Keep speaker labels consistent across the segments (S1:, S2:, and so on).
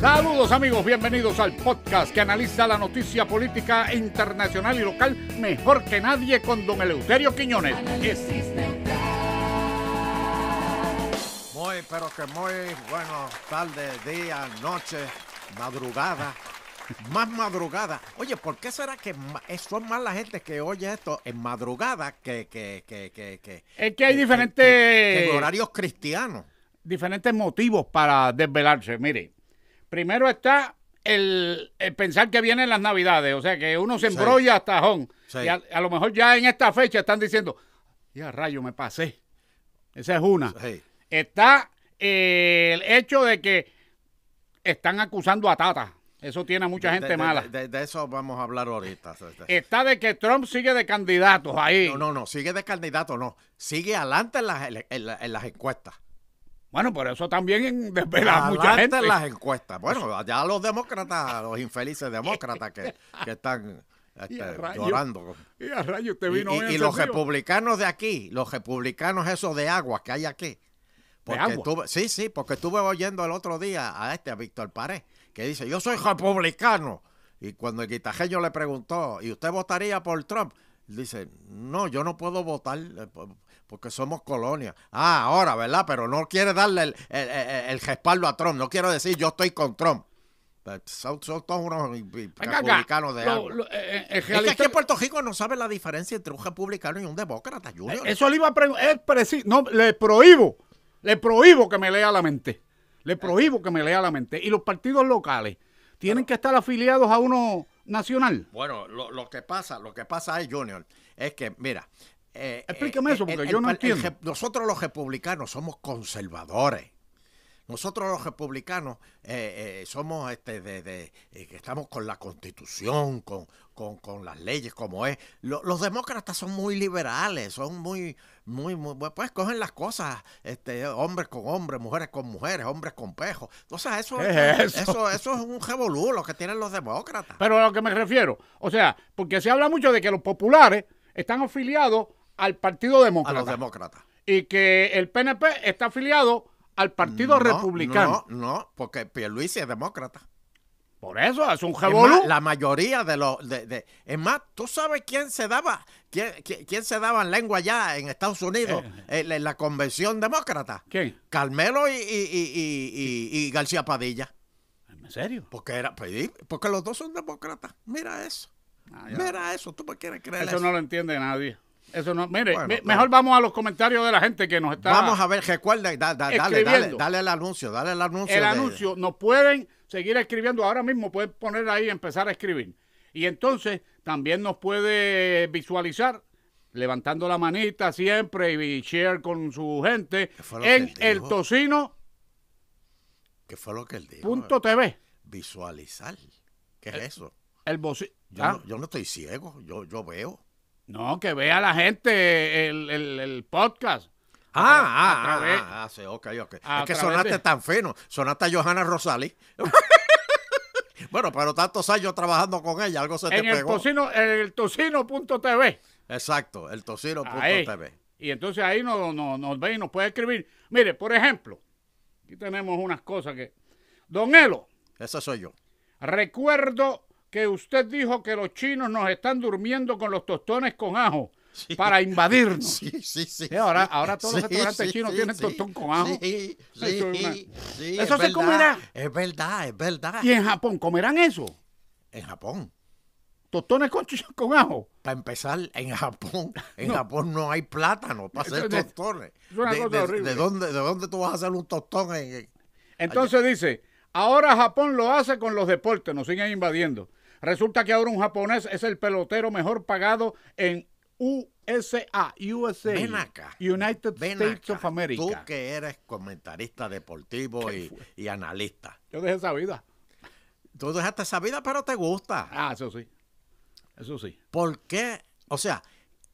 S1: Saludos amigos, bienvenidos al podcast que analiza la noticia política internacional y local mejor que nadie con don Eleuterio Quiñones.
S2: Muy, pero que muy bueno, tarde, día, noche, madrugada. Más madrugada. Oye, ¿por qué será que ma- eh, son más la gente que oye esto en madrugada que... que, que, que, que
S1: Es que hay
S2: que-
S1: diferentes-
S2: que- que en horarios cristianos.
S1: Diferentes motivos para desvelarse, mire. Primero está el, el pensar que vienen las navidades, o sea que uno se
S2: Sí.
S1: embrolla hasta jón.
S2: Sí.
S1: Y a, a lo mejor ya en esta fecha están diciendo, ya rayo, me pasé. Esa es una.
S2: Sí.
S1: Está eh, el hecho de que están acusando a Tata. Eso tiene a mucha
S2: De-
S1: gente
S2: de-
S1: mala.
S2: De, de- de eso vamos a hablar ahorita. Sí, sí.
S1: Está de que Trump sigue de candidatos ahí.
S2: No, no, no, sigue de candidato, no. Sigue adelante en las, ele- en la- en las encuestas.
S1: Bueno, por eso también desvela a mucha
S2: Adelante
S1: gente.
S2: en las encuestas. Bueno, allá los demócratas, los infelices demócratas que, que están este,
S1: Y a rayos.
S2: llorando.
S1: Y a rayo, usted
S2: Y,
S1: vino
S2: y-
S1: bien
S2: y los
S1: encendido.
S2: republicanos de aquí, los republicanos esos de agua que hay aquí. Porque
S1: agua?
S2: estuve- sí, sí, porque estuve oyendo el otro día a este, a Víctor Pared, que dice, yo soy republicano. Y cuando el guitajeño le preguntó, ¿y usted votaría por Trump? Él Dice, no, yo no puedo votar eh, po- porque somos colonia. Ah, ahora, ¿verdad? Pero no quiere darle el, el- el- el respaldo a Trump. No quiero decir, yo estoy con Trump. Pero Son, son todos unos eh,
S1: Venga acá,
S2: republicanos de
S1: lo-
S2: agua.
S1: lo- eh, eh, el
S2: Es que aquí
S1: realista-
S2: en Puerto Rico no sabe la diferencia entre un republicano y un demócrata, Junior.
S1: Eso le iba a preguntar. No, le prohíbo. Le prohíbo que me lea la mente.
S2: Eh.
S1: Le prohíbo que me lea la mente. Y los partidos locales tienen que estar afiliados a uno nacional.
S2: Bueno, lo, lo que pasa, lo que pasa es, Junior, es que, mira. eh,
S1: Explícame eso, porque yo no
S2: par-
S1: entiendo.
S2: rep- nosotros los republicanos somos conservadores. Nosotros los republicanos eh, eh, somos este de, de- eh, que estamos con la constitución, con, con, con las leyes como es. Lo- los demócratas son muy liberales, son muy, muy, muy, pues cogen las cosas, este, hombres con hombres, mujeres con mujeres, hombres con pejos. O sea, eso,
S1: ¿Qué es eso?
S2: eso, eso es un revolú lo que tienen los demócratas.
S1: Pero a lo que me refiero, o sea, porque se habla mucho de que los populares están afiliados al Partido
S2: a los
S1: Demócrata
S2: demócratas.
S1: y que el PNP está afiliado al Partido
S2: No,
S1: Republicano.
S2: No, no, porque Pierluisi es demócrata.
S1: Por eso es un
S2: Es
S1: revolú.
S2: más, la mayoría de los... De, de- es más, ¿tú sabes quién se daba quién, quién- quién se daba en lengua allá en Estados Unidos
S1: Eh,
S2: en, la- en la convención demócrata?
S1: ¿Quién?
S2: Carmelo y, y- y- y- y- y García Padilla.
S1: ¿En serio?
S2: Porque, era, pues, sí, porque los dos son demócratas. Mira eso.
S1: Ah, ya.
S2: Mira eso. ¿Tú me quieres creer eso?
S1: Eso no lo entiende nadie. Eso no. Mire,
S2: Bueno,
S1: me-
S2: claro.
S1: mejor vamos a los comentarios de la gente que nos está.
S2: Vamos a ver, recuerda, da- da- dale, dale,
S1: Escribiendo.
S2: dale el anuncio, dale el anuncio.
S1: el
S2: de-
S1: anuncio. Nos pueden seguir escribiendo ahora mismo. Pueden poner ahí y empezar a escribir. Y entonces también nos puede visualizar levantando la manita siempre y share con su gente
S2: fue lo
S1: en
S2: que él
S1: el
S2: dijo? ¿Qué fue lo que él dijo?
S1: tocino.tv.
S2: Visualizar. ¿Qué es eso?
S1: El boci-
S2: Yo,
S1: Ah,
S2: no, yo no estoy ciego, yo, yo veo.
S1: no, que vea la gente el, el- el podcast.
S2: Ah,
S1: a través-
S2: ah, sí, ok, ok.
S1: a
S2: es que
S1: través
S2: sonaste
S1: de-
S2: tan fino, sonaste a Johanna Rosali. bueno, pero tantos años trabajando con ella, algo se te
S1: En el
S2: pegó.
S1: tocino, el tocino.tv.
S2: Exacto, el
S1: Ahí.
S2: tocino.tv.
S1: Y entonces ahí nos, nos, nos ve y nos puede escribir. Mire, por ejemplo, aquí tenemos unas cosas que. Don Elo,
S2: Ese soy yo.
S1: recuerdo que usted dijo que los chinos nos están durmiendo con los tostones con ajo para invadirnos.
S2: Sí, sí, sí.
S1: Eh, ahora- ahora todos los
S2: Sí,
S1: restaurantes
S2: sí,
S1: chinos
S2: sí,
S1: tienen
S2: sí.
S1: tostón con ajo.
S2: Sí,
S1: Eso
S2: sí,
S1: es una-
S2: sí,
S1: Eso
S2: es
S1: se
S2: verdad,
S1: comerá.
S2: Es verdad, es verdad.
S1: Y en Japón, ¿comerán eso?
S2: En Japón.
S1: Tostones con, chi- con ajo.
S2: Para empezar, en Japón, en
S1: No.
S2: Japón no hay plátano para hacer
S1: Eso es-
S2: tostones.
S1: es una
S2: de,
S1: cosa
S2: de-
S1: horrible.
S2: de dónde, ¿De dónde tú vas a hacer un tostón? en- en-
S1: Entonces dice, ahora Japón lo hace con los deportes, nos siguen invadiendo. Resulta que ahora un japonés es el pelotero mejor pagado en USA, USA,
S2: Ven acá.
S1: United
S2: Ven
S1: States
S2: acá,
S1: of America.
S2: Tú que eres comentarista deportivo y, y analista.
S1: Yo dejé esa vida.
S2: Tú dejaste esa vida, pero te gusta.
S1: Ah, eso sí. Eso sí.
S2: ¿Por qué? O sea,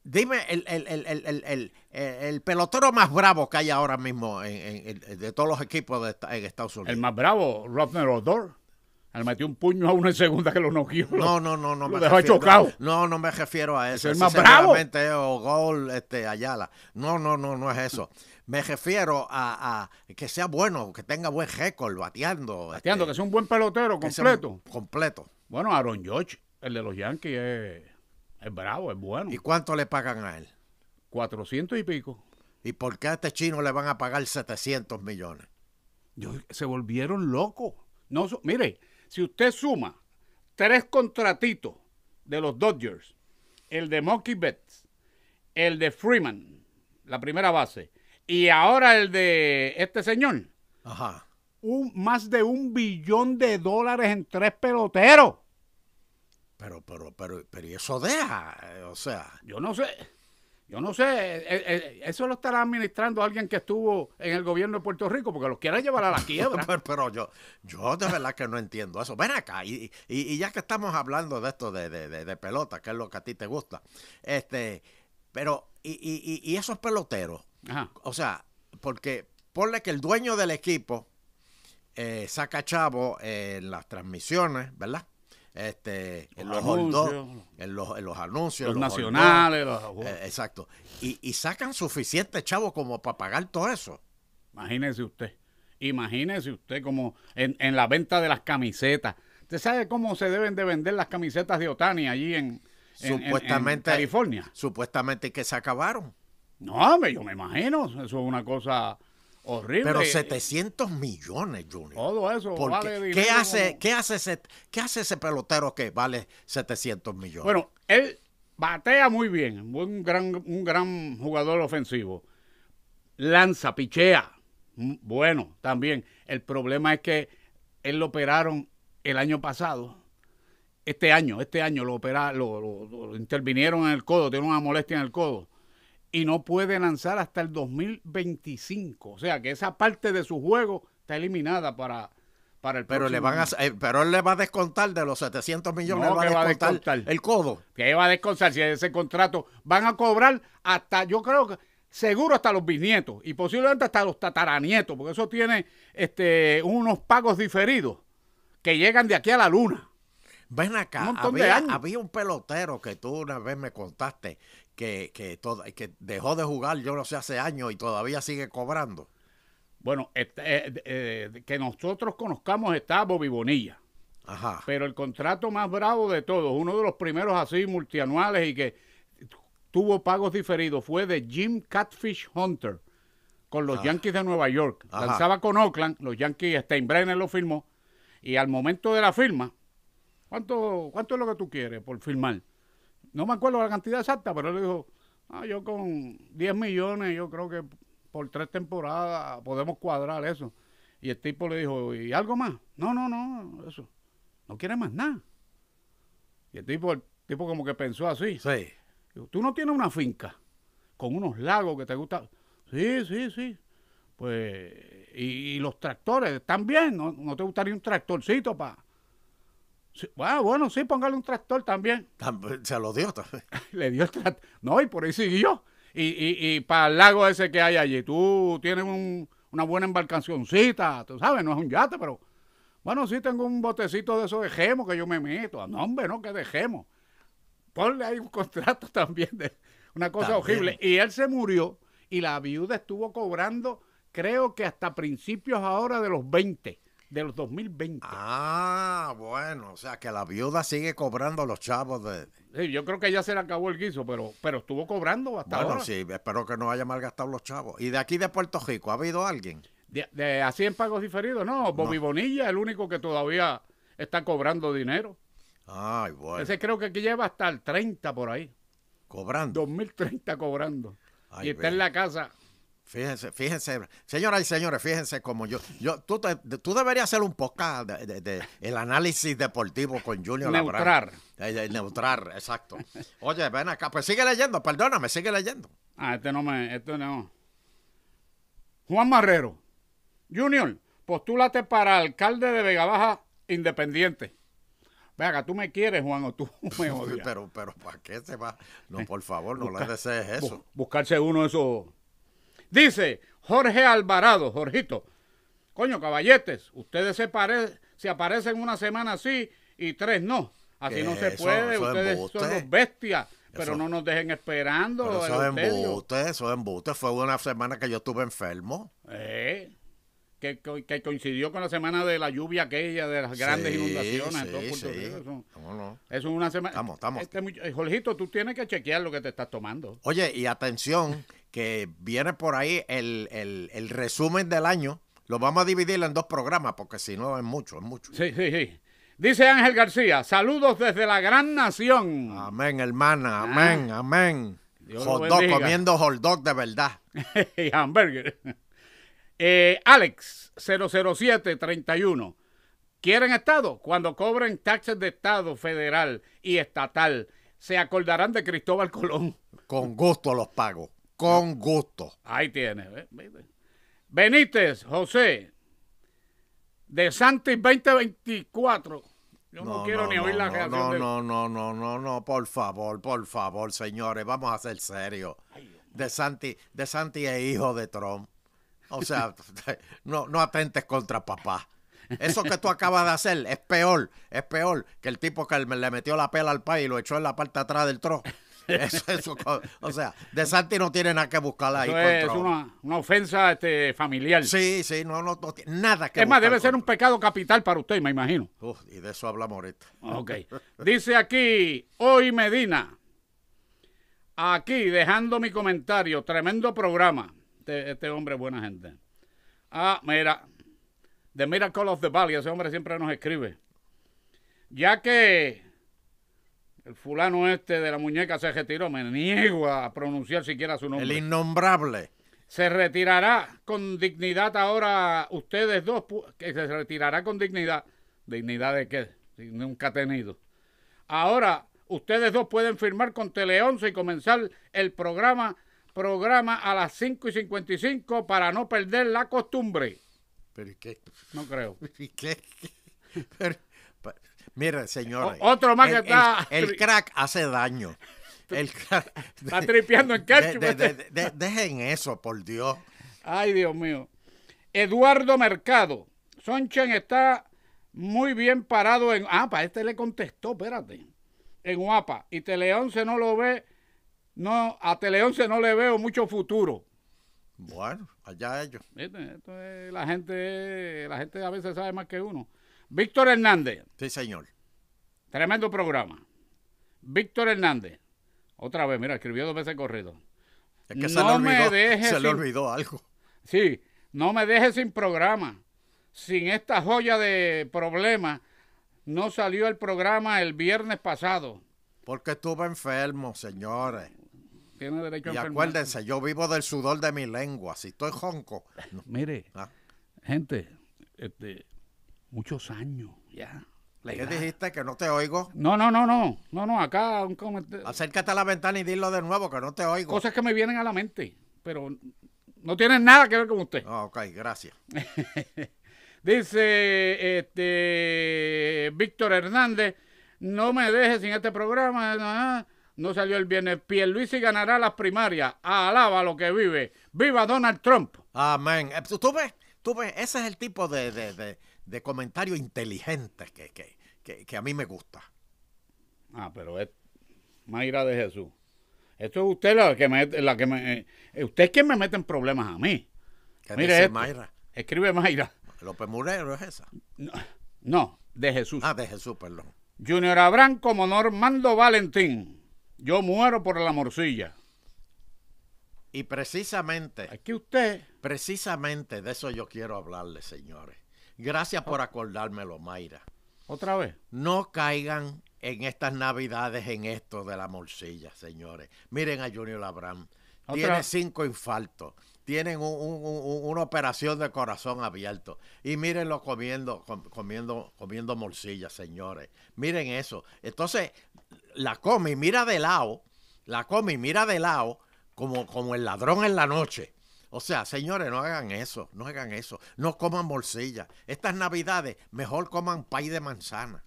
S2: dime el, el- el- el- el- el- el pelotero más bravo que hay ahora mismo en- en- en- de todos los equipos de esta- en Estados Unidos.
S1: El más bravo, Rodney Odor. Le metió un puño a uno en segunda que lo noqueó.
S2: No, no, no, no
S1: Lo dejó chocado.
S2: No, no me refiero a eso.
S1: Ese es
S2: Ese
S1: más bravo.
S2: seguramente es o gol este, Ayala. No, no, no, no es eso. Me refiero a, a que sea bueno, que tenga buen récord bateando.
S1: Bateando, que
S2: este,
S1: es un buen pelotero
S2: que sea
S1: completo.
S2: un- completo.
S1: Bueno, Aaron George, el de los Yankees, es, es bravo, es bueno.
S2: ¿Y cuánto le pagan a él?
S1: 400 y pico.
S2: ¿Y por qué a este chino le van a pagar 700 millones?
S1: Yo- se volvieron locos. No, so- mire, si usted suma tres contratitos de los Dodgers, el de Monkey Betts, el de Freeman, la primera base, y ahora el de este señor,
S2: Ajá.
S1: un, más de un billón de dólares en tres peloteros.
S2: Pero, pero, pero, pero, ¿y eso deja? Eh, O sea,
S1: Yo no sé. Yo no sé, eh, eh, eso lo estará administrando alguien que estuvo en el gobierno de Puerto Rico porque los quiere llevar a la quiebra.
S2: pero, pero yo, yo de verdad que no entiendo eso. Ven acá, y, y- y ya que estamos hablando de esto de, de- de- de pelota, que es lo que a ti te gusta, este, pero, y, y- y- y esos peloteros,
S1: Ajá.
S2: o sea, porque ponle que el dueño del equipo eh, saca chavo eh, en las transmisiones, ¿verdad? Este, en
S1: Los
S2: los hot dogs,
S1: anuncios.
S2: en los, en los anuncios,
S1: Los
S2: en los hot dogs,
S1: nacionales, los...
S2: eh, exacto. Y, y sacan suficiente chavo como para pagar todo eso.
S1: Imagínese usted. Imagínese usted como en, en la venta de las camisetas. ¿Usted sabe cómo se deben de vender las camisetas de Otani allí en, en- en- en
S2: Supuestamente-
S1: California?
S2: Supuestamente que se acabaron.
S1: No, hombre, yo me imagino. Eso es una cosa horrible.
S2: Pero 700 millones, Junior.
S1: Todo eso
S2: Porque,
S1: vale
S2: ¿qué,
S1: dinero
S2: hace,
S1: como-
S2: qué, hace ese, ¿Qué hace ese pelotero que vale 700 millones?
S1: Bueno, él batea muy bien, un gran, un gran jugador ofensivo. Lanza, pichea, mm, bueno también. El problema es que él lo operaron el año pasado. Este año, este año lo operaron, lo, lo- lo intervinieron en el codo, tiene una molestia en el codo. Y no puede lanzar hasta el 2025. O sea que esa parte de su juego está eliminada para, para el
S2: pero, le
S1: próximo
S2: van a,
S1: año.
S2: eh, pero él le va a descontar de los 700 millones,
S1: No,
S2: le
S1: que
S2: va
S1: va
S2: a
S1: a
S2: descontar,
S1: descontar.
S2: el codo.
S1: que va a descansar si ese contrato van a cobrar hasta yo creo que seguro hasta los bisnietos y posiblemente hasta los tataranietos porque eso tiene este unos pagos diferidos que llegan de aquí a la luna
S2: Ven acá,
S1: Un montón de
S2: había,
S1: años.
S2: había un pelotero que tú una vez me contaste que, que, toda- que dejó de jugar, yo no sé, hace años y todavía sigue cobrando.
S1: bueno este, eh, eh, que nosotros conozcamos está Bobby Bonilla
S2: Ajá.
S1: pero el contrato más bravo de todos uno de los primeros así multianuales y que tuvo pagos diferidos fue de Jim Catfish Hunter con los Yankees de Nueva York.
S2: Ah. Ajá.
S1: Lanzaba con Oakland, los Yankees, Steinbrenner lo firmó. Y al momento de la firma, ¿cuánto, cuánto es lo que tú quieres por firmar? No me acuerdo la cantidad exacta, pero él dijo, "Ah, yo con 10 millones, yo creo que por tres temporadas podemos cuadrar eso. Y el tipo le dijo, ¿y algo más? No, no, no, eso. No quiere más nada. Y el tipo, el tipo como que pensó así.
S2: Sí.
S1: Digo, Tú no tienes una finca con unos lagos que te gusta. Sí, sí, sí. Pues, y, y los tractores están bien. ¿No, no te gustaría un tractorcito para.? bueno, sí, póngale un tractor también.
S2: También Se lo dio. también.
S1: Le dio el tractor. No, y por ahí siguió. Y, y, y para el lago ese que hay allí, tú tienes un- una buena embarcacioncita, tú sabes, no es un yate, pero. Bueno, sí tengo un botecito de esos de gemo que yo me meto. No, hombre, no, que dejemos. Ponle ahí un contrato también de una cosa
S2: También.
S1: horrible. Y él se murió y la viuda estuvo cobrando, creo que hasta principios ahora de los 20, de los 2020.
S2: Ah, bueno, o sea que la viuda sigue cobrando los chavos de...
S1: Sí, yo creo que ya se le acabó el guiso, pero, pero estuvo cobrando hasta
S2: Bueno,
S1: ahora.
S2: sí, espero que no haya malgastado los chavos. ¿Y de aquí de Puerto Rico ha habido alguien?
S1: De, de así en pagos diferidos, no. Bobby Bonilla es el único que todavía está cobrando dinero.
S2: Ay, bueno,
S1: Ese creo que aquí lleva hasta el 30 por ahí.
S2: cobrando.
S1: 2030 cobrando.
S2: Ay,
S1: y está
S2: ve.
S1: en la casa.
S2: Fíjense, fíjense, señoras y señores, fíjense como yo, yo tú, te- tú deberías hacer un podcast de, de- de el análisis deportivo con Junior
S1: Neutrar.
S2: Neutrar. neutrar, exacto. Oye, ven acá, pues sigue leyendo, perdóname, sigue leyendo.
S1: Ah, este no me. Este no. Juan Marrero. Junior, postúlate para alcalde de Vega Baja independiente. Venga, tú me quieres, Juan, o tú me odias.
S2: Pero, pero, ¿para qué se va? No, por favor, no le desees eso.
S1: Bu- buscarse uno de esos. Dice Jorge Alvarado, Jorgito. Coño, caballetes, ustedes se, pare- se aparecen una semana sí y tres no. Así
S2: Que
S1: no se
S2: eso-
S1: puede,
S2: eso es
S1: ustedes
S2: embuste.
S1: son los bestias, pero
S2: Eso-
S1: no nos dejen esperando.
S2: Pero eso es
S1: Eleuterio.
S2: embuste, eso es embuste. Fue una semana que yo estuve enfermo.
S1: Eh, que, co- que coincidió con la semana de la lluvia aquella, de las grandes
S2: Sí,
S1: inundaciones en
S2: sí,
S1: todo Puerto
S2: sí.
S1: Rico. Eso,
S2: No, no.
S1: eso es una semana.
S2: Estamos, estamos.
S1: Este much- eh, Jorgito, tú tienes que chequear lo que te estás tomando.
S2: Oye, y atención, que viene por ahí el, el- el resumen del año. Lo vamos a dividir en dos programas, porque si no es mucho, es mucho.
S1: Sí, sí, sí. Dice Ángel García, saludos desde la gran nación.
S2: Amén, hermana, amén, amén.
S1: Ah. Dios lo
S2: hot dog,
S1: bendiga.
S2: comiendo hot dog de verdad.
S1: y hamburger. Eh, Alex 00731. ¿Quieren Estado? Cuando cobren taxes de Estado federal y estatal, se acordarán de Cristóbal Colón.
S2: Con gusto los pago, con gusto.
S1: Ahí tiene. ¿eh? ¿Viste? Benítez, José. De Santis 2024. Yo no, quiero ni oír la
S2: no,
S1: reacción
S2: No,
S1: de-
S2: no, no, no, no, no, por favor, por favor, señores, vamos a ser serios. De Santi, de Santi es hijo de Trump. O sea, no, no atentes contra papá. Eso que tú acabas de hacer es peor, es peor que el tipo que le metió la pela al país y lo echó en la parte de atrás del tro. Eso, eso, co- o sea, De Santi no tiene nada que buscar ahí
S1: Eso
S2: con
S1: es
S2: Trump.
S1: una, una ofensa este, familiar.
S2: Sí, sí, no, no, no tiene nada que
S1: es más,
S2: buscar
S1: debe ser
S2: con
S1: un pecado capital para usted, me imagino.
S2: Trump. Uf, y de eso hablamos ahorita.
S1: Ok. Dice aquí, hoy Medina. Aquí, dejando mi comentario. Tremendo programa. Este, este hombre es buena gente. Ah, mira. The Miracle of the Valley. Ese hombre siempre nos escribe. Ya que el fulano este de la muñeca se retiró, me niego a pronunciar siquiera su nombre.
S2: El innombrable.
S1: Se retirará con dignidad ahora ustedes dos, pu- que se retirará con dignidad. ¿Dignidad de qué? Si nunca ha tenido. Ahora ustedes dos pueden firmar con Tele 11 y comenzar el programa programa a las 5 y 55 para no perder la costumbre.
S2: Pero ¿y qué?
S1: No creo.
S2: ¿Y qué? Pero, pa- mire, señores.
S1: O- otro más que
S2: el- el-
S1: está-
S2: El, crack hace daño. El crack-
S1: Está tripeando en ketchup,
S2: de- de-
S1: este.
S2: de- de- Dejen eso, por Dios.
S1: Ay, Dios mío. Eduardo Mercado. Sonchen está muy bien parado en. Ah, para este le contestó, espérate. En guapa. Y Tele 11 no lo ve. No, a Tele 11 no le veo mucho futuro.
S2: Bueno, allá ellos.
S1: ¿Viste? Esto es- la gente, la gente a veces sabe más que uno. Víctor Hernández,
S2: Sí, señor.
S1: tremendo programa. Víctor Hernández, otra vez, mira, escribió dos veces corrido.
S2: Es que se le
S1: No me
S2: olvidó,
S1: dejes
S2: se le
S1: sin-
S2: olvidó algo.
S1: Sí, no me dejes sin programa. Sin esta joya de problemas, no salió el programa el viernes pasado.
S2: Porque estuve enfermo, señores.
S1: Tiene derecho a
S2: Y
S1: enfermarse.
S2: acuérdense, yo vivo del sudor de mi lengua. Si estoy jonco. no.
S1: Mire,
S2: Ah,
S1: gente, este, muchos años ya. La
S2: ¿Qué
S1: edad.
S2: dijiste? Que no te oigo.
S1: No, no, no, no, no, no, acá un comentario.
S2: Acércate a la ventana y dilo de nuevo, que no te oigo.
S1: Cosas que me vienen a la mente, pero no tienen nada que ver con usted.
S2: Ah, ok, gracias.
S1: Dice este Víctor Hernández, no me dejes sin este programa. ah, No salió el viernes. Pierluisi ganará las primarias. Alaba lo que vive. ¡Viva Donald Trump!
S2: Amén. Eh, ¿Tú, tú ves, tú ves, ese es el tipo de, de, de- de comentario inteligente que, que- que- que a mí me gusta.
S1: Ah, pero es Mayra de Jesús. Esto es usted la que me... La que me eh, usted es quien me mete en problemas a mí.
S2: ¿Qué
S1: Mire
S2: dice
S1: esto.
S2: Mayra?
S1: Escribe Mayra.
S2: López Murero es esa.
S1: No, no, de Jesús.
S2: Ah, de Jesús, perdón.
S1: Junior Abrán como Normando Valentín. Yo muero por la morcilla.
S2: Y precisamente,
S1: Aquí usted...
S2: precisamente de eso yo quiero hablarles, señores. Gracias por acordármelo, Mayra.
S1: Otra vez.
S2: No caigan en estas navidades en esto de la morcilla, señores. Miren a Junior Abraham.
S1: Otra-
S2: Tiene cinco infartos. Tienen un- un- un- una operación de corazón abierto. Y mírenlo comiendo, com- comiendo, comiendo morcilla, señores. Miren eso. Entonces, la come y mira de lado. La come y mira de lado como, como el ladrón en la noche. O sea, señores, no hagan eso, no hagan eso. No coman morcilla. Estas navidades, mejor coman pay de manzana.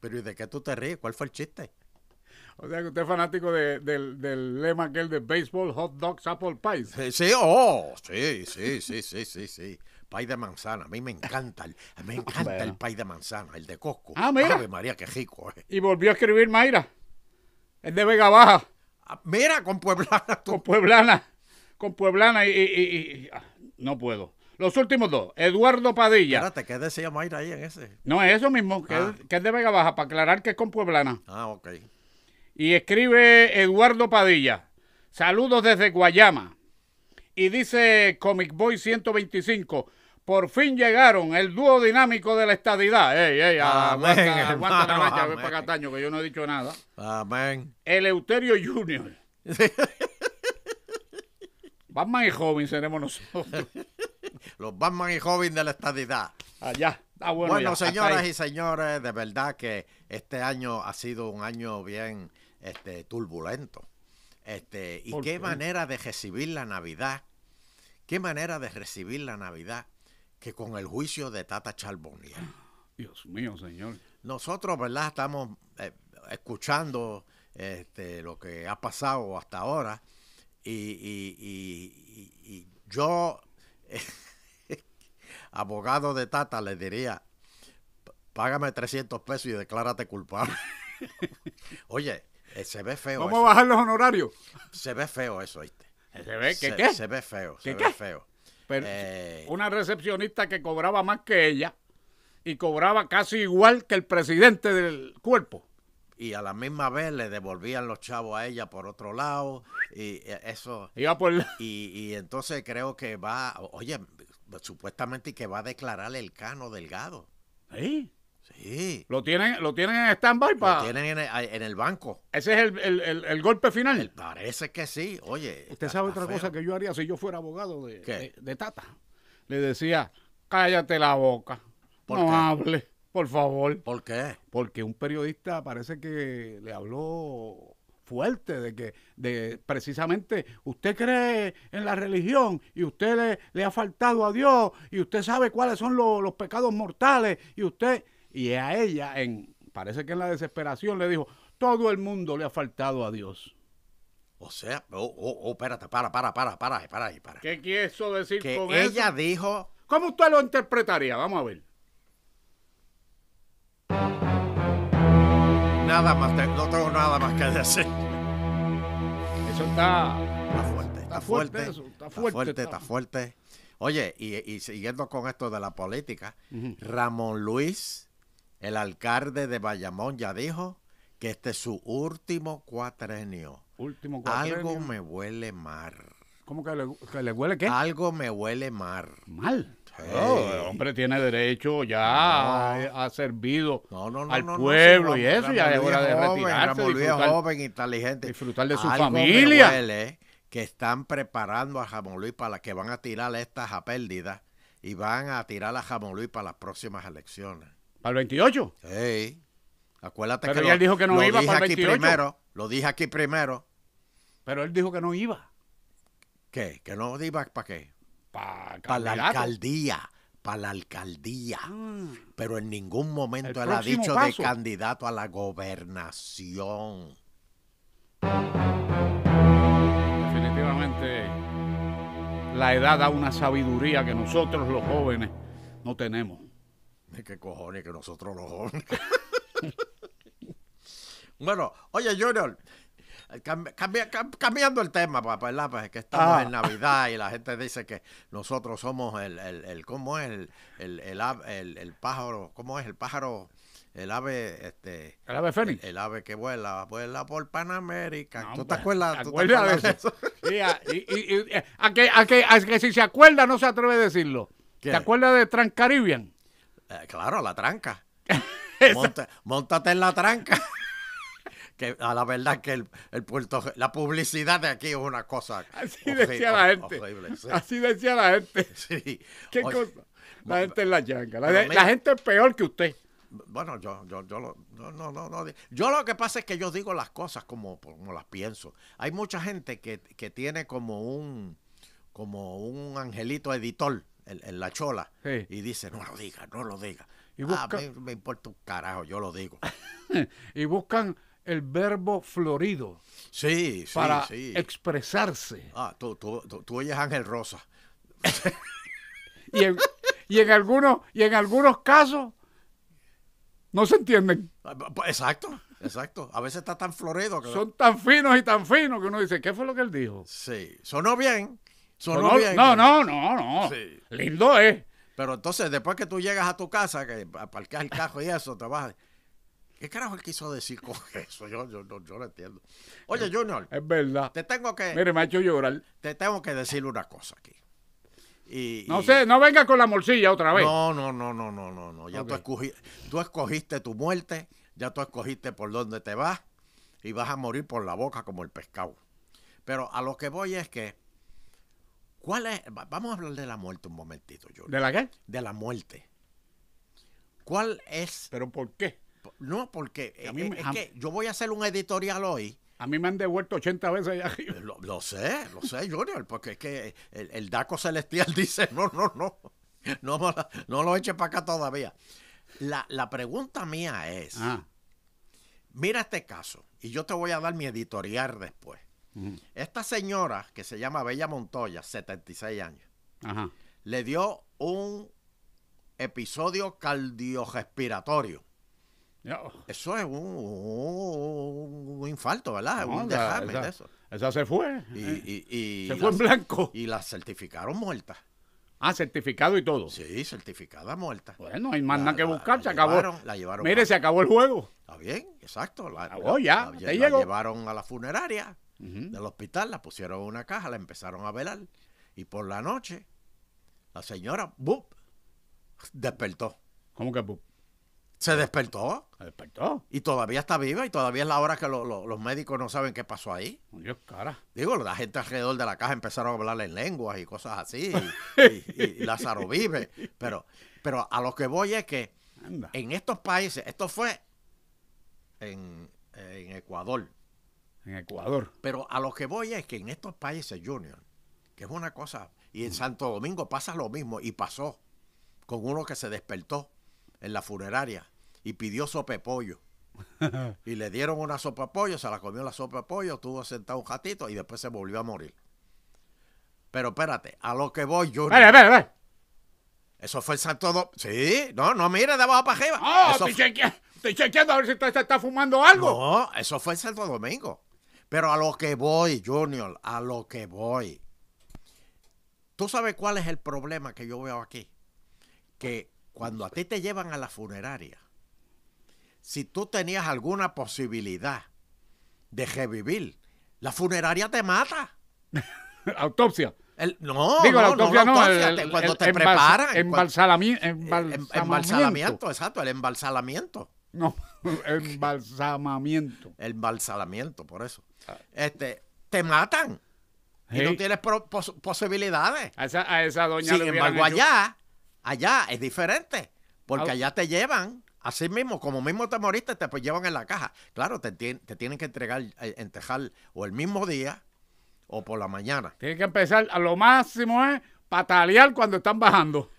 S2: Pero ¿y de qué tú te ríes? ¿Cuál fue el chiste?
S1: O sea que usted es fanático de- del, del lema aquel de béisbol, hot dogs, apple pies.
S2: Sí, sí, oh, sí, sí, sí, sí, sí, sí. pay de manzana. A mí me encanta el, a mí me encanta
S1: Bueno.
S2: el pay de manzana, el de Costco.
S1: Ah, mira.
S2: Ave María, qué rico. eh.
S1: Y volvió a escribir Mayra. Es de Vega Baja,
S2: Ah, Mira, con Pueblana tú.
S1: con Pueblana. Con Pueblana y... y- y- y- ah, no puedo. Los últimos dos. Eduardo Padilla.
S2: Espérate, ¿qué decía Mayra ahí en ese?
S1: No, es eso mismo, que,
S2: Ah.
S1: es, que es de Vega Baja, para aclarar que es con Pueblana.
S2: Ah, ok.
S1: Y escribe Eduardo Padilla. Saludos desde Guayama. Y dice Comic Boy 125. Por fin llegaron el dúo dinámico de la estadidad. Ey, ey,
S2: Amén,
S1: aguanta, aguanta la
S2: hermano,
S1: mancha, ven
S2: amén.
S1: para Cataño, que yo no he dicho nada.
S2: Amén.
S1: Eleuterio Junior. Batman y Robin seremos nosotros.
S2: Los Batman y Robin de la estadidad.
S1: Allá. Ah, bueno,
S2: Bueno,
S1: ya, hasta
S2: señoras
S1: ahí.
S2: y señores, de verdad que este año ha sido un año bien este, turbulento. Este, y
S1: ¿Por
S2: qué
S1: qué?
S2: manera de recibir la Navidad. Qué manera de recibir la Navidad que con el juicio de Tata Charbonnier.
S1: Dios mío, señor.
S2: Nosotros, ¿verdad? Estamos eh, escuchando este, lo que ha pasado hasta ahora y, y- y- y- y yo, abogado de Tata, le diría, "P- págame 300 pesos y declárate culpable. Oye, eh, se ve feo
S1: Vamos a
S2: eso.
S1: bajar los honorarios.
S2: Se ve feo eso, ¿oíste?
S1: Se ve que
S2: se,
S1: ¿Eh? qué.
S2: se ve feo, se
S1: ¿Qué
S2: ve
S1: qué?
S2: feo.
S1: Pero
S2: Eh,
S1: una recepcionista que cobraba más que ella y cobraba casi igual que el presidente del cuerpo.
S2: y a la misma vez le devolvían los chavos a ella por otro lado y eh, eso...
S1: Iba por la-
S2: Y, y entonces creo que va, oye, supuestamente que va a declarar el cano delgado.
S1: Sí,
S2: Sí.
S1: Lo tienen, lo tienen en stand-by
S2: Lo
S1: pa-
S2: tienen en el, en el banco.
S1: Ese es el, el- el- el golpe final.
S2: Parece que sí. Oye.
S1: Usted sabe otra cosa que yo haría si yo fuera abogado de,
S2: ¿Qué?
S1: de- de Tata. Le decía, cállate la boca,
S2: ¿Por
S1: no
S2: qué?
S1: hable, por favor.
S2: ¿Por qué?
S1: Porque un periodista parece que le habló fuerte de que de precisamente usted cree en la religión y usted le, le ha faltado a Dios y usted sabe cuáles son lo- los pecados mortales y usted y a ella en parece que en la desesperación le dijo todo el mundo le ha faltado a Dios.
S2: O sea, oh, oh, oh, espérate, para, para, para, para, para, ahí, para.
S1: ¿Qué quiso decir
S2: Que
S1: con
S2: ella
S1: eso?
S2: dijo,
S1: ¿Cómo usted lo interpretaría? Vamos a ver.
S2: nada más, te- no tengo nada más que decir.
S1: Eso está
S2: Está fuerte, está
S1: fuerte
S2: fuerte.
S1: eso, está
S2: Está
S1: fuerte,
S2: fuerte,
S1: está-
S2: está fuerte. Oye, y, y siguiendo con esto de la política,
S1: Ujú.
S2: Ramón Luis, el alcalde de Bayamón, ya dijo que este es su último cuatrenio.
S1: último
S2: Algo
S1: cuatrenio.
S2: me Ah, huele mal.
S1: ¿Cómo que le, que le huele qué?
S2: Algo me huele mal.
S1: Mal.
S2: Sí.
S1: Oh, el hombre tiene derecho, ya ha, ha servido
S2: No, no, no.
S1: al
S2: no, no,
S1: pueblo
S2: sí,
S1: y
S2: Ramón-
S1: eso, ya es
S2: Ramón
S1: hora
S2: Luis
S1: de
S2: es joven,
S1: retirarse.
S2: Ramón Luis es
S1: disfrutar.
S2: joven, inteligente.
S1: disfrutar de su
S2: Algo me
S1: familia.
S2: huele que están preparando a Ramón Luis para que van a tirar estas a pérdida y van a tirar a Ramón Luis para las próximas elecciones.
S1: Para el 28.
S2: Hey, acuérdate
S1: Pero
S2: que
S1: ya
S2: lo,
S1: él dijo que no
S2: lo
S1: iba
S2: dije
S1: para el
S2: aquí
S1: 28.
S2: primero. Lo dije aquí primero.
S1: Pero él dijo que no iba.
S2: ¿Qué? ¿Que no iba para qué?
S1: Para
S2: Para la alcaldía. Para la alcaldía. Pero en ningún momento
S1: El
S2: él ha
S1: próximo
S2: dicho
S1: paso.
S2: de candidato a la gobernación.
S1: Definitivamente, la edad da una sabiduría que nosotros los jóvenes no tenemos.
S2: ¿Qué cojones que nosotros los jóvenes? bueno, oye, Junior, cam- cambia- cam- cambiando el tema, pa- ¿verdad? Pues que estamos
S1: Ah.
S2: en Navidad y la gente dice que nosotros somos el, el, el- ¿cómo es? El, el, el ave- el- el pájaro, ¿cómo es? El pájaro, el ave, este...
S1: ¿El ave
S2: El,
S1: Fénix?
S2: el ave que vuela, vuela por Panamérica.
S1: No,
S2: eh, ¿Tú te
S1: hombre,
S2: acuerdas?
S1: ¿te
S2: tú te
S1: acuerdas
S2: acuerdas
S1: de eso? Sí, a- y- y- y- eh, a, que, a que- a que si se acuerda no se atreve a decirlo.
S2: ¿Qué?
S1: ¿Te acuerdas de Transcaribbean?
S2: Eh, claro, la tranca.
S1: Esa-
S2: Monta, montate en la tranca. que a la verdad que el, el Puerto la publicidad de aquí es una cosa
S1: Así decía la gente.
S2: horrible, sí,
S1: Así decía la gente.
S2: sí.
S1: ¿Qué
S2: Oye,
S1: cosa? La
S2: bu-
S1: gente es la changa. La,
S2: pero
S1: de-
S2: mira-
S1: la gente es peor que usted.
S2: Bueno, yo, yo, yo lo, no, no, no, no. Yo lo que pasa es que yo digo las cosas como, como las pienso. Hay mucha gente que, que tiene como un, como un angelito editor en, en la chola
S1: Sí.
S2: y dice, no lo diga, no lo diga.
S1: Y
S2: ah,
S1: busca-
S2: me, me importa un carajo, yo lo digo.
S1: Y buscan el verbo florido
S2: Sí, sí,
S1: para
S2: sí.
S1: expresarse.
S2: Ah, tú, tú, tú, tú oyes Ángel Rosa.
S1: Y, en- y en algunos, y en algunos casos no se entienden.
S2: Ah, Exacto, exacto. A veces está tan florido que...
S1: Son tan finos y tan finos que uno dice, ¿qué fue lo que él dijo?
S2: Sí, sonó bien. Sonó
S1: Pero no-
S2: bien.
S1: no, no, no, no.
S2: Sí.
S1: Lindo es.
S2: Pero entonces, después que tú llegas a tu casa, que aparcas el cajo y eso, te vas... ¿Qué carajo él quiso decir con eso? Yo, yo, no- yo no entiendo. Oye, Junior,
S1: Es verdad.
S2: te tengo que,
S1: Mire, Eh, me ha hecho llorar.
S2: te tengo que decir una cosa aquí. Y,
S1: No
S2: y-
S1: sé, no venga con la morcilla otra vez.
S2: No, no, no, no, no, no, no. Ya tú,
S1: Ok.
S2: escogi- tú escogiste tu muerte, ya tú escogiste por dónde te vas y vas a morir por la boca como el pescado. Pero a lo que voy es que, ¿cuál es? va- Vamos a hablar de la muerte un momentito, yo.
S1: ¿De la qué?
S2: De la muerte. ¿Cuál es?
S1: ¿Pero por qué?
S2: No, porque eh,
S1: A mí me-
S2: es que yo voy a hacer un editorial hoy.
S1: A mí me han devuelto 80 veces allá
S2: Eh,
S1: arriba.
S2: Lo, lo sé, lo sé, Junior, porque es que el, el Daco Celestial dice, no, no, no, no, me la- no lo eche para acá todavía. La, la pregunta mía es,
S1: Ah,
S2: mira este caso, y yo te voy a dar mi editorial después.
S1: ujú,
S2: Esta señora, que se llama Bella Montoya, 76 años,
S1: ajá.
S2: le dio un episodio cardiorrespiratorio.
S1: Ya,
S2: Eso es un, un- un infarto, ¿verdad?
S1: no,
S2: un
S1: esa-
S2: derrame
S1: esa,
S2: de eso.
S1: esa se fue.
S2: Y,
S1: eh.
S2: y- y
S1: se fue en
S2: la-
S1: blanco.
S2: y la certificaron muerta.
S1: Ah, certificado y todo.
S2: Sí, certificada muerta.
S1: Bueno, hay más
S2: La-
S1: nada que
S2: la-
S1: buscar,
S2: la
S1: se acabó.
S2: llevaron- la llevaron
S1: Mire,
S2: para-
S1: se acabó el juego.
S2: Está bien, exacto. La,
S1: Acabó ya,
S2: la-
S1: te
S2: la
S1: llegó.
S2: llevaron a la funeraria
S1: Ujú.
S2: del hospital, la pusieron en una caja, la empezaron a velar. Y por la noche, la señora, ¡bup! despertó.
S1: ¿Cómo que pu-
S2: Se despertó
S1: se despertó?
S2: y todavía está viva y todavía es la hora que lo- lo- los médicos no saben qué pasó ahí.
S1: Por Oh, Dios, cara.
S2: Digo, la gente alrededor de la caja empezaron a hablar en lenguas y cosas así. Y, y- y Lázaro vive. Pero, pero a lo que voy es que
S1: Anda.
S2: en estos países, esto fue en, en Ecuador,
S1: En Ecuador.
S2: pero a lo que voy es que en estos países, Junior, que es una cosa, y en Santo Domingo pasa lo mismo, y pasó con uno que se despertó en la funeraria y pidió sopa de pollo. Y le dieron una sopa de pollo, se la comió la sopa de pollo, estuvo sentado un ratito y después se volvió a morir. Pero espérate, a lo que voy, Junior.
S1: Espera, espera, espera.
S2: Eso fue en Santo Domingo. Sí, no, no, mire, de abajo para arriba.
S1: Ah,
S2: Eso
S1: estoy, chequea- estoy chequeando a ver si usted se está fumando algo.
S2: No, eso fue en Santo Domingo. Pero a lo que voy, Junior, a lo que voy. ¿Tú sabes cuál es el problema que yo veo aquí? Que cuando a ti te llevan a la funeraria, si tú tenías alguna posibilidad de revivir, la funeraria te mata.
S1: Autopsia.
S2: El- no,
S1: Digo, la
S2: no, no,
S1: autopsia no.
S2: autopsia,
S1: el-
S2: te-
S1: el-
S2: cuando
S1: el
S2: te
S1: embal-
S2: preparan. cuan- eh,
S1: embalsalami-
S2: em- em-
S1: Embalsamamiento.
S2: embalsalamiento, exacto, el embalsalamiento.
S1: No, embalsamamiento.
S2: El balsalamiento, por eso.
S1: Ah.
S2: Este, te matan. Y no
S1: Sí.
S2: tienes pro- pos- posibilidades.
S1: A esa, a esa doña
S2: Sin
S1: le hubieran
S2: embargo,
S1: hecho-
S2: allá, allá es diferente. Porque
S1: Ah.
S2: allá te llevan, así mismo, como mismo te moriste, te pues, llevan en la caja. Claro, te, tien- te tienen que entregar, eh, entejar o el mismo día o por la mañana.
S1: Tiene que empezar a lo máximo es patalear cuando están bajando.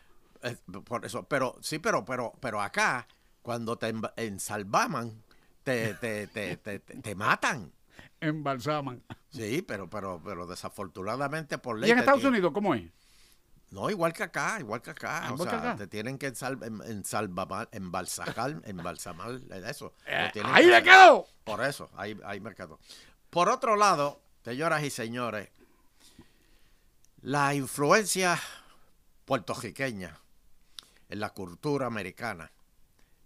S2: Eh, por eso, pero sí, pero, pero, pero acá, cuando te env- ensalvaman, te, te, te, te, te- te matan.
S1: Embalsaman.
S2: Sí, pero, pero, pero desafortunadamente por ley.
S1: ¿Y en
S2: te
S1: Estados
S2: tienen-
S1: Unidos cómo es?
S2: No, igual que acá, igual que acá.
S1: Ah,
S2: o
S1: igual que
S2: sea,
S1: acá.
S2: te tienen que ensal- en- ensalvabar- embalsajar, embalsamar, eh, eso. lo
S1: Eh,
S2: tienen
S1: ahí
S2: que
S1: le
S2: hacer.
S1: quedó.
S2: Por eso, ahí, ahí me quedó. Por otro lado, señoras y señores, la influencia puertorriqueña en la cultura americana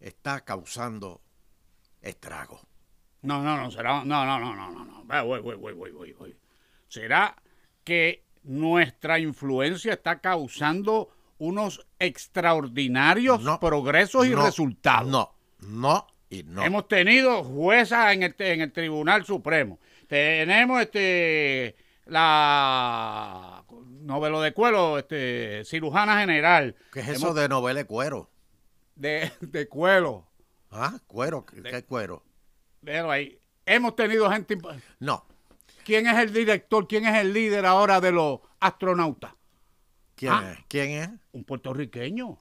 S2: está causando estragos.
S1: No, no, no, será. No, no, no, no, no. no. Va, Voy, voy, voy, voy, voy, voy. Será que nuestra influencia está causando unos extraordinarios
S2: No,
S1: progresos y
S2: No,
S1: resultados.
S2: No, no y no.
S1: Hemos tenido juezas en el, en el Tribunal Supremo. Tenemos este la novelo de cuero, este, cirujana general.
S2: ¿Qué es eso de novela de cuero?
S1: de, de cuero.
S2: ¿Ah? ¿Cuero? ¿Qué qué cuero?
S1: Déjalo ahí. Hemos tenido gente. imp-
S2: No.
S1: ¿Quién es el director? ¿Quién es el líder ahora de los astronautas?
S2: ¿Quién
S1: Ah.
S2: es? ¿Quién es?
S1: Un puertorriqueño.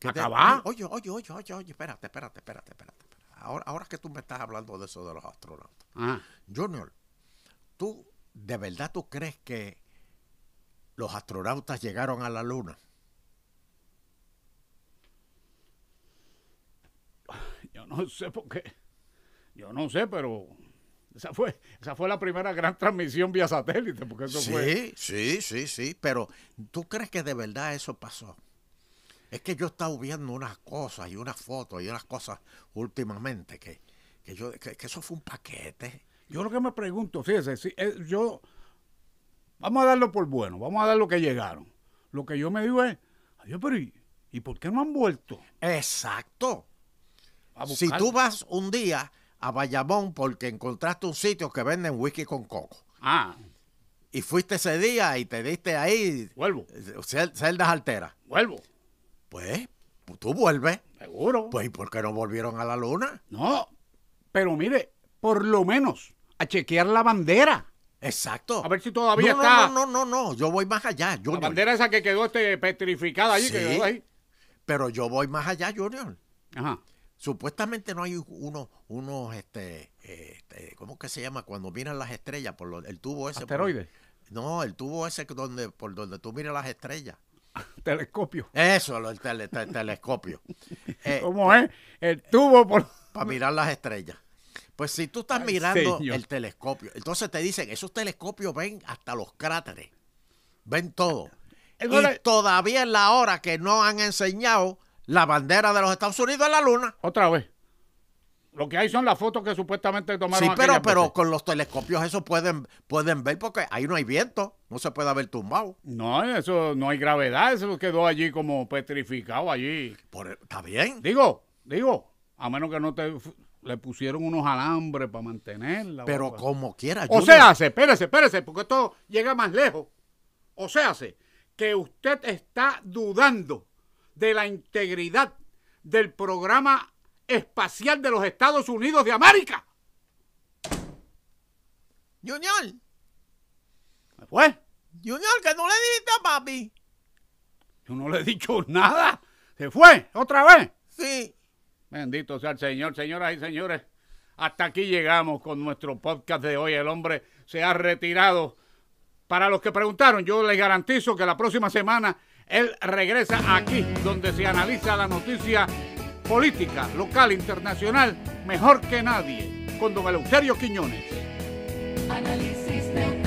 S2: ¿Qué te-
S1: Acabá.
S2: Ay, Oye, oye, oye, oye, oye, espérate, espérate, espérate, espérate. espérate. Ahora, ahora que tú me estás hablando de eso de los astronautas.
S1: Ajá.
S2: Junior, ¿tú de verdad tú crees que los astronautas llegaron a la luna?
S1: no sé por qué. Yo no sé, pero esa fue, esa fue la primera gran transmisión vía satélite, porque eso fue.
S2: Sí, sí, sí, sí, pero ¿tú crees que de verdad eso pasó? Es que yo he estado viendo unas cosas y unas fotos y unas cosas últimamente que, que yo que, que eso fue un paquete.
S1: Yo lo que me pregunto, fíjese, si, eh, yo. Vamos a darlo por bueno, vamos a dar lo que llegaron. Lo que yo me digo es, "Ay, pero ¿y, y por qué no han vuelto?
S2: Exacto.
S1: a
S2: Si
S1: buscar?"
S2: tú vas un día a Bayamón porque encontraste un sitio que venden whisky con coco
S1: Ah,
S2: y fuiste ese día y te diste ahí
S1: vuelvo,
S2: eh, cel- celdas alteras,
S1: vuelvo,
S2: pues tú vuelves.
S1: seguro.
S2: Pues ¿y por qué no volvieron a la luna?
S1: No, pero mire, por lo menos a chequear la bandera.
S2: Exacto.
S1: A ver si todavía
S2: no,
S1: está.
S2: No, no, no, no, no, yo voy más
S1: La
S2: allá, Junior.
S1: bandera esa que quedó este, petrificada allí, que
S2: Sí.
S1: quedó ahí.
S2: Pero yo voy más allá, Junior.
S1: Ajá.
S2: Supuestamente no hay unos, unos, este, eh, este, ¿cómo que se llama? Cuando miran las estrellas por lo- el tubo ese. por-
S1: Asteroides.
S2: no, el tubo ese que donde, por donde tú miras las estrellas.
S1: Telescopio.
S2: Eso, lo- el, tele- te- telescopio. Eh.
S1: ¿Cómo es? El tubo por.
S2: para mirar las estrellas. Pues si tú estás
S1: Ay,
S2: mirando
S1: señor.
S2: el telescopio, entonces te dicen, esos telescopios ven hasta los cráteres, ven todo.
S1: Eso
S2: y
S1: le-
S2: todavía es la hora que no han enseñado la bandera de los Estados Unidos en la luna.
S1: Otra vez. Lo que hay son las fotos que supuestamente tomaron.
S2: sí, pero,
S1: aquellas
S2: pero
S1: veces.
S2: con los telescopios eso pueden, pueden ver porque ahí no hay viento, no se puede haber tumbado.
S1: No, eso no hay gravedad, eso quedó allí como petrificado allí.
S2: Por- e, ¿Está bien?
S1: Digo, digo, a menos que no te f- le pusieron unos alambres para mantenerla. o
S2: Pero
S1: algo así.
S2: como quiera.
S1: O
S2: Junior.
S1: se hace, espérese, espérese, porque esto llega más lejos. O se hace que usted está dudando de la integridad del programa espacial de los Estados Unidos de América.
S2: Junior,
S1: Pues,
S2: Junior, que no le dijiste a papi.
S1: yo no le he dicho nada. Se fue, otra vez.
S2: Sí.
S1: Bendito sea el Señor, señoras y señores. Hasta aquí llegamos con nuestro podcast de hoy. El hombre se ha retirado. Para los que preguntaron, yo les garantizo que la próxima semana él regresa aquí, donde se analiza la noticia política, local, internacional, mejor que nadie, con don Eleuterio Quiñones.
S3: Análisis neutral.